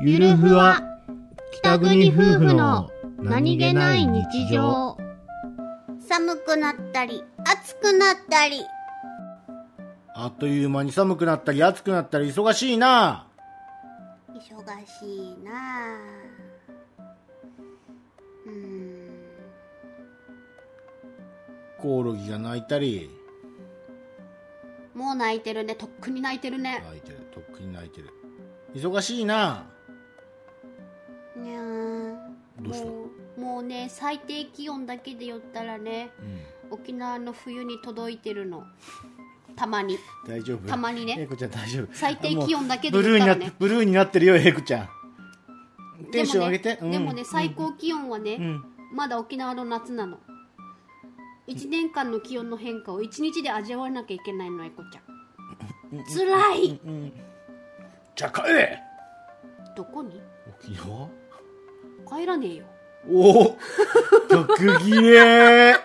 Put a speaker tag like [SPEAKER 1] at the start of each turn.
[SPEAKER 1] ゆるふわ北国夫婦の
[SPEAKER 2] 寒くなったり暑くなったり
[SPEAKER 1] あっという間に寒くなったり暑くなったり忙しいな
[SPEAKER 2] 忙しいなあうーん
[SPEAKER 1] コオロギが鳴いたり
[SPEAKER 2] もう泣いてるねとっくに泣いてるね
[SPEAKER 1] 鳴いてるとっくに泣いてる忙しいな
[SPEAKER 2] にゃー
[SPEAKER 1] どうした
[SPEAKER 2] もうもうね最低気温だけで言ったらね
[SPEAKER 1] うん
[SPEAKER 2] 沖縄の冬に届いてるのたまに
[SPEAKER 1] 大丈夫
[SPEAKER 2] たまにね
[SPEAKER 1] 英子ちゃん大丈夫
[SPEAKER 2] 最低気温だけで
[SPEAKER 1] もうブルー
[SPEAKER 2] 言っ
[SPEAKER 1] にな
[SPEAKER 2] たら
[SPEAKER 1] っ
[SPEAKER 2] ね
[SPEAKER 1] ブルーになってるよ英子ちゃんテンション上げて
[SPEAKER 2] でもね,、でもね最高気温はね、
[SPEAKER 1] うん
[SPEAKER 2] まだ沖縄の夏なの1年間の気温の変化を1日で味わわなきゃいけないのエコちゃんつらい
[SPEAKER 1] じゃあ帰れ
[SPEAKER 2] どこに
[SPEAKER 1] 沖縄
[SPEAKER 2] 帰らねえよ
[SPEAKER 1] おお逆切れ